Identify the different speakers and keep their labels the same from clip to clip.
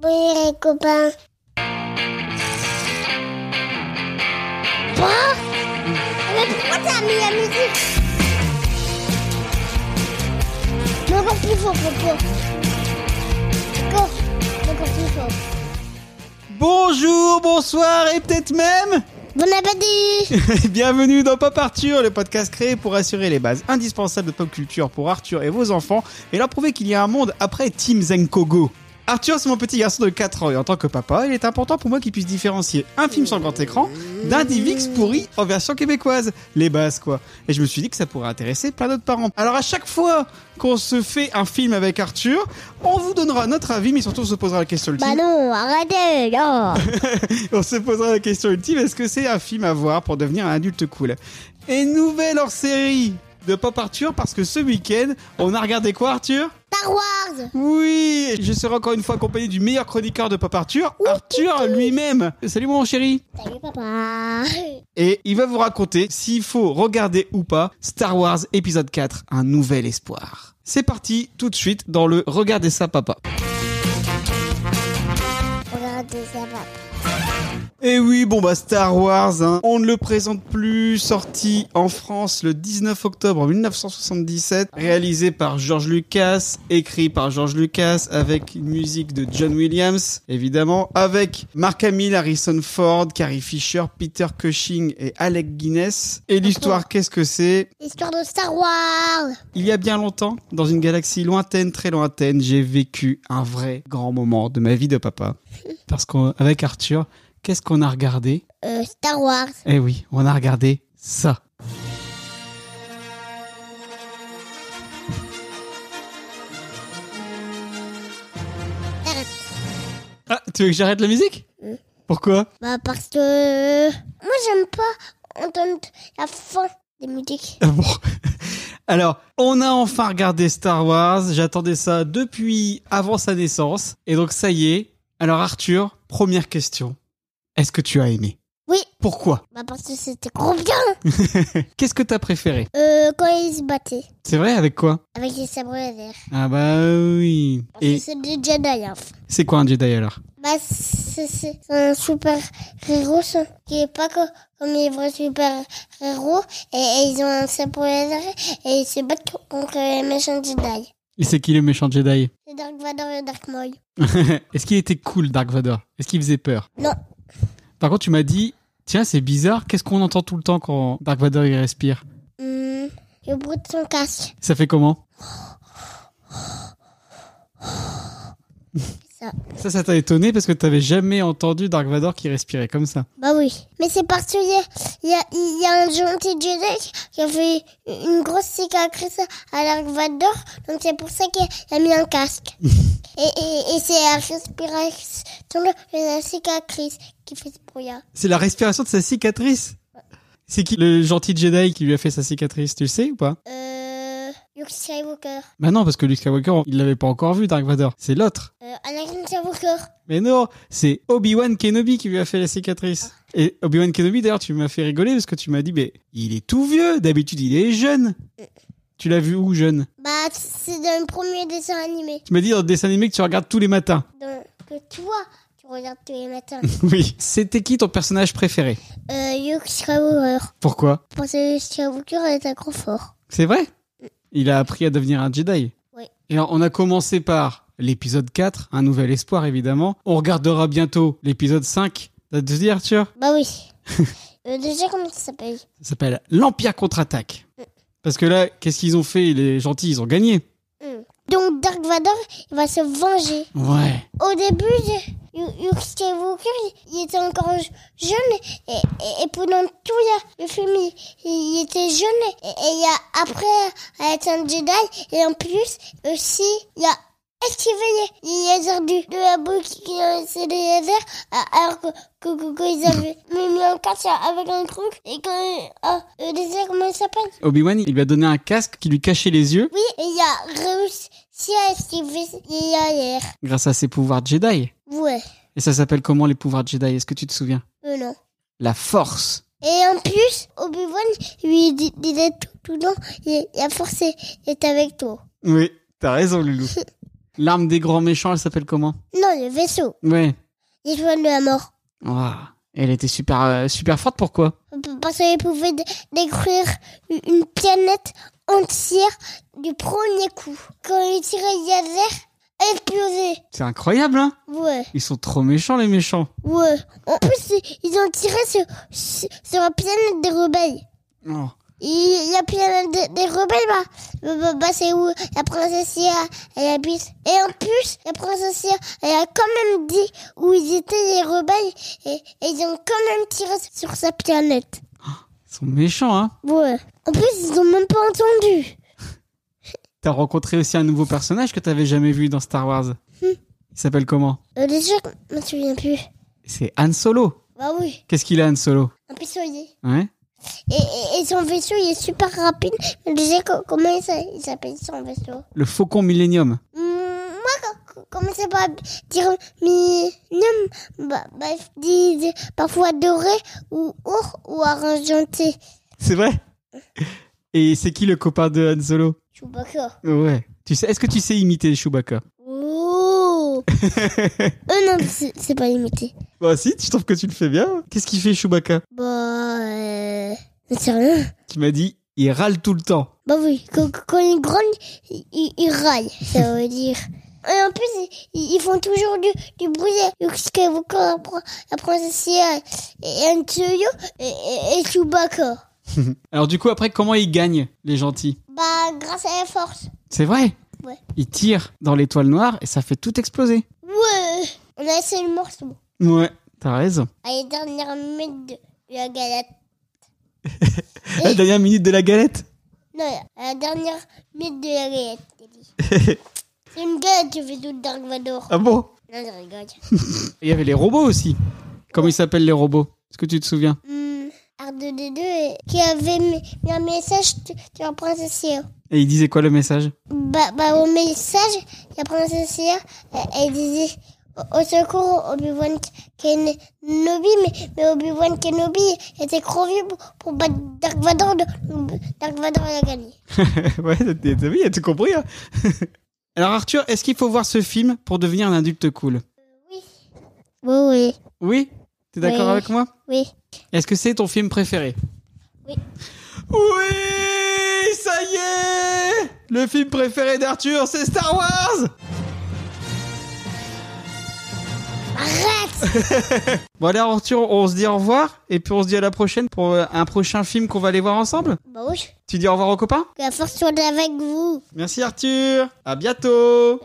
Speaker 1: Oui, les copains. Quoi Mais pourquoi t'as mis la musique Mais Encore plus fort, encore. Encore, encore plus fort.
Speaker 2: Bonjour, bonsoir et peut-être même
Speaker 1: Bon appétit
Speaker 2: bienvenue dans Pop Arthur, le podcast créé pour assurer les bases indispensables de pop culture pour Arthur et vos enfants et leur prouver qu'il y a un monde après Team Zenkogo. Arthur, c'est mon petit garçon de 4 ans et en tant que papa, il est important pour moi qu'il puisse différencier un film sur grand écran d'un DivX pourri en version québécoise. Les bases, quoi. Et je me suis dit que ça pourrait intéresser plein d'autres parents. Alors à chaque fois qu'on se fait un film avec Arthur, on vous donnera notre avis, mais surtout on se posera la question ultime.
Speaker 1: Bah non, arrêtez, non
Speaker 2: On se posera la question ultime, est-ce que c'est un film à voir pour devenir un adulte cool Et nouvelle hors série de Pop Arthur parce que ce week-end, on a regardé quoi Arthur
Speaker 1: Star Wars
Speaker 2: Oui Je serai encore une fois accompagné du meilleur chroniqueur de Pop Arthur, Arthur lui-même Salut mon chéri
Speaker 1: Salut papa
Speaker 2: Et il va vous raconter s'il faut regarder ou pas Star Wars épisode 4, un nouvel espoir. C'est parti tout de suite dans le Regardez ça papa.
Speaker 1: Regardez ça, papa.
Speaker 2: Et oui, bon bah Star Wars, hein, on ne le présente plus, sorti en France le 19 octobre 1977, réalisé par George Lucas, écrit par George Lucas, avec une musique de John Williams, évidemment, avec Mark Hamill, Harrison Ford, Carrie Fisher, Peter Cushing et Alec Guinness. Et l'histoire, qu'est-ce que c'est
Speaker 1: Histoire de Star Wars
Speaker 2: il y a bien longtemps, dans une galaxie lointaine, très lointaine, j'ai vécu un vrai grand moment de ma vie de papa. Parce qu'avec Arthur, qu'est-ce qu'on a regardé
Speaker 1: Euh, Star Wars.
Speaker 2: Eh oui, on a regardé ça.
Speaker 1: Arrête.
Speaker 2: Ah, tu veux que j'arrête la musique
Speaker 1: Oui.
Speaker 2: Pourquoi
Speaker 1: Bah parce que... Moi j'aime pas entendre la fin des musiques.
Speaker 2: Ah bon Alors, on a enfin regardé Star Wars. J'attendais ça depuis avant sa naissance. Et donc, ça y est. Alors, Arthur, première question. Est-ce que tu as aimé
Speaker 1: Oui.
Speaker 2: Pourquoi
Speaker 1: Bah parce que c'était trop bien
Speaker 2: Qu'est-ce que t'as préféré
Speaker 1: Euh, quand ils se battaient.
Speaker 2: C'est vrai, avec quoi
Speaker 1: Avec les sabres laser.
Speaker 2: Ah bah oui.
Speaker 1: Parce que
Speaker 2: Et
Speaker 1: c'est des Jedi, hein.
Speaker 2: c'est quoi un Jedi alors
Speaker 1: Bah c'est c'est un super-héros ça, qui est pas co- comme les vrais super-héros. Et, et ils ont un sabre laser et ils se battent contre les méchants Jedi.
Speaker 2: Et c'est qui le méchant Jedi
Speaker 1: C'est Dark Vador et Dark Maul.
Speaker 2: Est-ce qu'il était cool, Dark Vador Est-ce qu'il faisait peur
Speaker 1: Non.
Speaker 2: Par contre, tu m'as dit, tiens, c'est bizarre, qu'est-ce qu'on entend tout le temps quand Dark Vador il respire
Speaker 1: Hum, le bruit de son casque.
Speaker 2: Ça fait comment
Speaker 1: Ça.
Speaker 2: Ça, ça t'a étonné parce que t'avais jamais entendu Dark Vador qui respirait comme ça.
Speaker 1: Bah oui. Mais c'est parce qu'il y a, il y, a, il y a un gentil Jedi qui a fait une grosse cicatrice à l'arc Vador. Donc c'est pour ça qu'il a mis un casque. et et, et c'est la respiration de la cicatrice qui fait ce bruit-là.
Speaker 2: C'est la respiration de sa cicatrice C'est qui le gentil Jedi qui lui a fait sa cicatrice, tu le sais ou pas
Speaker 1: Euh, Luke Skywalker.
Speaker 2: Bah non, parce que Luke Skywalker, il l'avait pas encore vu, Dark Vador. C'est l'autre.
Speaker 1: Euh, Anakin Skywalker.
Speaker 2: Mais non, c'est Obi-Wan Kenobi qui lui a fait la cicatrice. Et Obi-Wan Kenobi, d'ailleurs, tu m'as fait rigoler parce que tu m'as dit, mais il est tout vieux, d'habitude il est jeune. Tu l'as vu où jeune
Speaker 1: Bah c'est dans le premier dessin animé.
Speaker 2: Tu m'as dit dans le dessin animé que tu regardes tous les matins.
Speaker 1: Donc, que toi, tu regardes tous les matins.
Speaker 2: Oui. C'était qui ton personnage préféré
Speaker 1: euh, Luke Skywalker.
Speaker 2: Pourquoi
Speaker 1: Parce que Luke Skywalker est un grand fort.
Speaker 2: C'est vrai Il a appris à devenir un Jedi.
Speaker 1: Oui.
Speaker 2: Et alors, on a commencé par l'épisode 4, un nouvel espoir évidemment. On regardera bientôt l'épisode 5. Ça te dit Arthur
Speaker 1: Bah oui. Euh, déjà, comment ça s'appelle
Speaker 2: Ça s'appelle l'Empire contre-attaque. Parce que là, qu'est-ce qu'ils ont fait Les gentils, ils ont gagné.
Speaker 1: Hmm. Donc, Dark Vador, il va se venger.
Speaker 2: Ouais.
Speaker 1: Au début, je- Yu- Luke Skywalker, il- il était encore je- jeune. Et, et, et pendant tout la- le film, il, il était jeune. Et, et il y a, après, à être un Jedi. Et en plus, aussi, il a esquivé les, les lasers du, de la boue qui qui lançait des lasers. a- Alors que, que, que- que ils avaient mis un casque avec un truc. Et quand... euh, euh, déjà, comment il s'appelle
Speaker 2: Obi-Wan, il lui a donné un casque qui lui cachait les yeux
Speaker 1: Oui, et il a réussi à esquiver les lasers.
Speaker 2: grâce à ses pouvoirs Jedi.
Speaker 1: Ouais,
Speaker 2: Et ça s'appelle comment les pouvoirs Jedi Est-ce que tu te souviens
Speaker 1: euh, non.
Speaker 2: La force.
Speaker 1: Et en plus, Obi-Wan lui dit- disait tout, tout le temps, il- la force est- est avec toi.
Speaker 2: Oui, t'as raison, Loulou. L'arme des grands méchants, elle s'appelle comment
Speaker 1: Non, le vaisseau.
Speaker 2: Ouais.
Speaker 1: L'étoile de la mort.
Speaker 2: Ouah. Elle était super, euh, super forte, pourquoi
Speaker 1: Parce qu'elle pouvait dé- détruire une planète entière du premier coup. Quand il tirait le laser, elle explosait.
Speaker 2: C'est incroyable, hein
Speaker 1: Ouais,
Speaker 2: Ils sont trop méchants, les méchants.
Speaker 1: ouais. En plus, ils ont tiré sur, sur, sur la planète des rebelles.
Speaker 2: Oh.
Speaker 1: Et la planète des, des rebelles, bah, bah, bah, bah, c'est où la princesse Sia, elle habite. Et en plus, la princesse Sia, elle a quand même dit où ils étaient les rebelles et, et ils ont quand même tiré sur sa planète.
Speaker 2: Ils sont méchants, hein
Speaker 1: Ouais. En plus, ils ont même pas entendu.
Speaker 2: T'as rencontré aussi un nouveau personnage que t'avais jamais vu dans Star Wars. Il s'appelle comment
Speaker 1: Euh, déjà, je me souviens plus.
Speaker 2: C'est Han Solo.
Speaker 1: Bah oui,
Speaker 2: Qu'est-ce qu'il a, Han Solo
Speaker 1: un
Speaker 2: Hein?
Speaker 1: pistolet.
Speaker 2: Ouais.
Speaker 1: Et, et, et son vaisseau, il est super rapide. Mais déjà, co- comment il s'a- il s'appelle son vaisseau
Speaker 2: Le Faucon Millennium.
Speaker 1: Hmm, Moi, quand- quand quand on sait pas dire minimum, bah, bah, je dis parfois doré ou or ou argenté.
Speaker 2: C'est vrai Et c'est qui le copain de Han Solo
Speaker 1: Chewbacca.
Speaker 2: Ouais. Tu sais, est-ce que tu sais imiter Chewbacca
Speaker 1: Oh Euh, non, c'est c'est pas limité.
Speaker 2: Bah si, tu trouves que tu le fais bien. Qu'est-ce qu'il fait Chewbacca
Speaker 1: Bah, euh, j'en sais rien.
Speaker 2: Tu m'as dit, il râle tout le temps.
Speaker 1: Bah oui, quand, quand ils grognent, ils, ils- ils râlent, ça veut dire. Et en plus, ils, ils font toujours du, du bruit. euh, Luke Skywalker, la, prin- la princesse Leia et Han Solo et, et, et Chewbacca.
Speaker 2: Alors du coup, après, comment il gagne, les gentils
Speaker 1: Bah, grâce à la force.
Speaker 2: C'est vrai
Speaker 1: Ouais.
Speaker 2: Il tire dans l'étoile noire et ça fait tout exploser.
Speaker 1: Ouais, on a essayé le morceau.
Speaker 2: Ouais, t'as raison.
Speaker 1: À les dernières minutes de la galette.
Speaker 2: La dernière minute de la galette
Speaker 1: Non, à la dernière minute de la galette, t'as dit. C'est une galette qui fait tout le Dark Vador.
Speaker 2: Ah bon
Speaker 1: Non, je rigole.
Speaker 2: Il y avait les robots aussi. Comment ils s'appellent les robots Est-ce que tu te souviens
Speaker 1: Hmm, R2D2 et- qui avait mis mis un message sur sur la princesse Leia.
Speaker 2: Et ils disaient quoi le message
Speaker 1: Bah, bah, au message, la princesse Leia, elle, elle disait au- au secours Obi-Wan Kenobi, mais, mais Obi-Wan Kenobi était trop vieux pour, pour battre Dark Vador, donc Dark Vador a gagné.
Speaker 2: Ouais, t'as t'as vu, il a tout compris. hein. Alors Arthur, est-ce qu'il faut voir ce film pour devenir un adulte cool
Speaker 1: Oui. Oui, oui,
Speaker 2: Oui T'es d'accord
Speaker 1: Oui.
Speaker 2: avec moi
Speaker 1: oui.
Speaker 2: Est-ce que c'est ton film préféré
Speaker 1: Oui.
Speaker 2: Oui, ça y est Le film préféré d'Arthur, c'est Star Wars
Speaker 1: Arrête
Speaker 2: Bon allez Arthur, on se dit au revoir et puis on se dit à la prochaine pour euh, un prochain film qu'on va aller voir ensemble.
Speaker 1: Bah oui,
Speaker 2: Tu dis au revoir aux copains
Speaker 1: que la force soit avec vous.
Speaker 2: Merci Arthur, à bientôt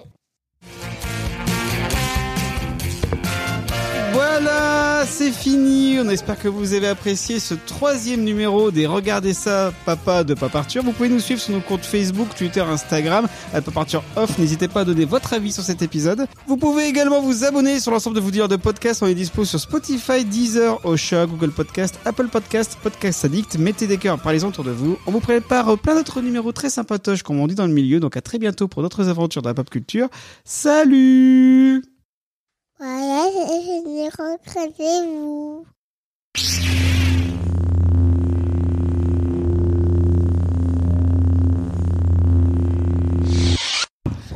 Speaker 2: Voilà, c'est fini. On espère que vous avez apprécié ce troisième numéro des Regardez ça, papa de Papa Arthur. Vous pouvez nous suivre sur nos comptes Facebook, Twitter, Instagram, à Papa Arthur Off. N'hésitez pas à donner votre avis sur cet épisode. Vous pouvez également vous abonner sur l'ensemble de vos dealers de podcasts. On est dispo sur Spotify, Deezer, Ocha, Google Podcast, Apple Podcast, Podcast Addict. Mettez des cœurs, parlez-en autour de vous. On vous prépare euh, plein d'autres numéros très sympatoches, comme on dit dans le milieu. Donc à très bientôt pour d'autres aventures de la pop culture. Salut
Speaker 1: Voilà, je vais rencontrer vous.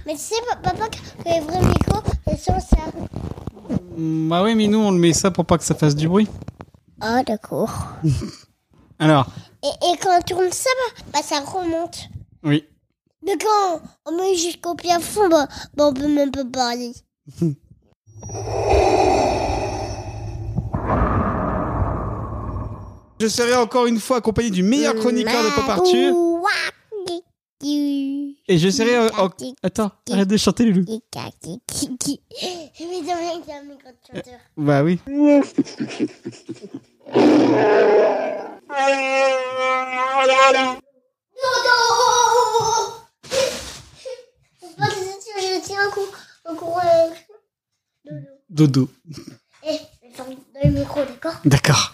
Speaker 1: Mais tu sais, pa- papa, que les vrais micros, ils sont ça.
Speaker 2: Mm, Bah oui, mais nous, on le met ça pour pas que ça fasse du bruit.
Speaker 1: Ah, d'accord.
Speaker 2: Alors,
Speaker 1: Et, et quand on tourne ça, bah, bah, ça remonte.
Speaker 2: oui.
Speaker 1: Mais quand on met jusqu'au plafond, bah, bah, on peut même pas parler.
Speaker 2: Je serai encore une fois accompagné du meilleur chroniqueur de Pop Arthur. Et je serai... euh, en- Attends, arrête de chanter, Loulou.
Speaker 1: Je vais devenir un micro de chanteur.
Speaker 2: Bah oui.
Speaker 1: Faut pas que je- je tire un coup. Un coup, euh,
Speaker 2: Dodo.
Speaker 1: Eh, je vais faire dans le micro, d'accord
Speaker 2: D'accord.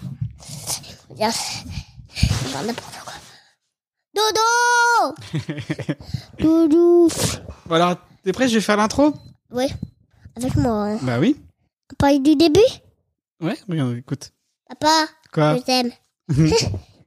Speaker 1: Bien. Enfin, n'importe quoi. Dodo Doudou
Speaker 2: Bon alors, t'es prêt Je vais faire l'intro
Speaker 1: Ouais. Avec moi. Hein.
Speaker 2: Bah oui.
Speaker 1: On parle du début
Speaker 2: Ouais, regarde, écoute.
Speaker 1: Papa,
Speaker 2: Quoi
Speaker 1: je t'aime.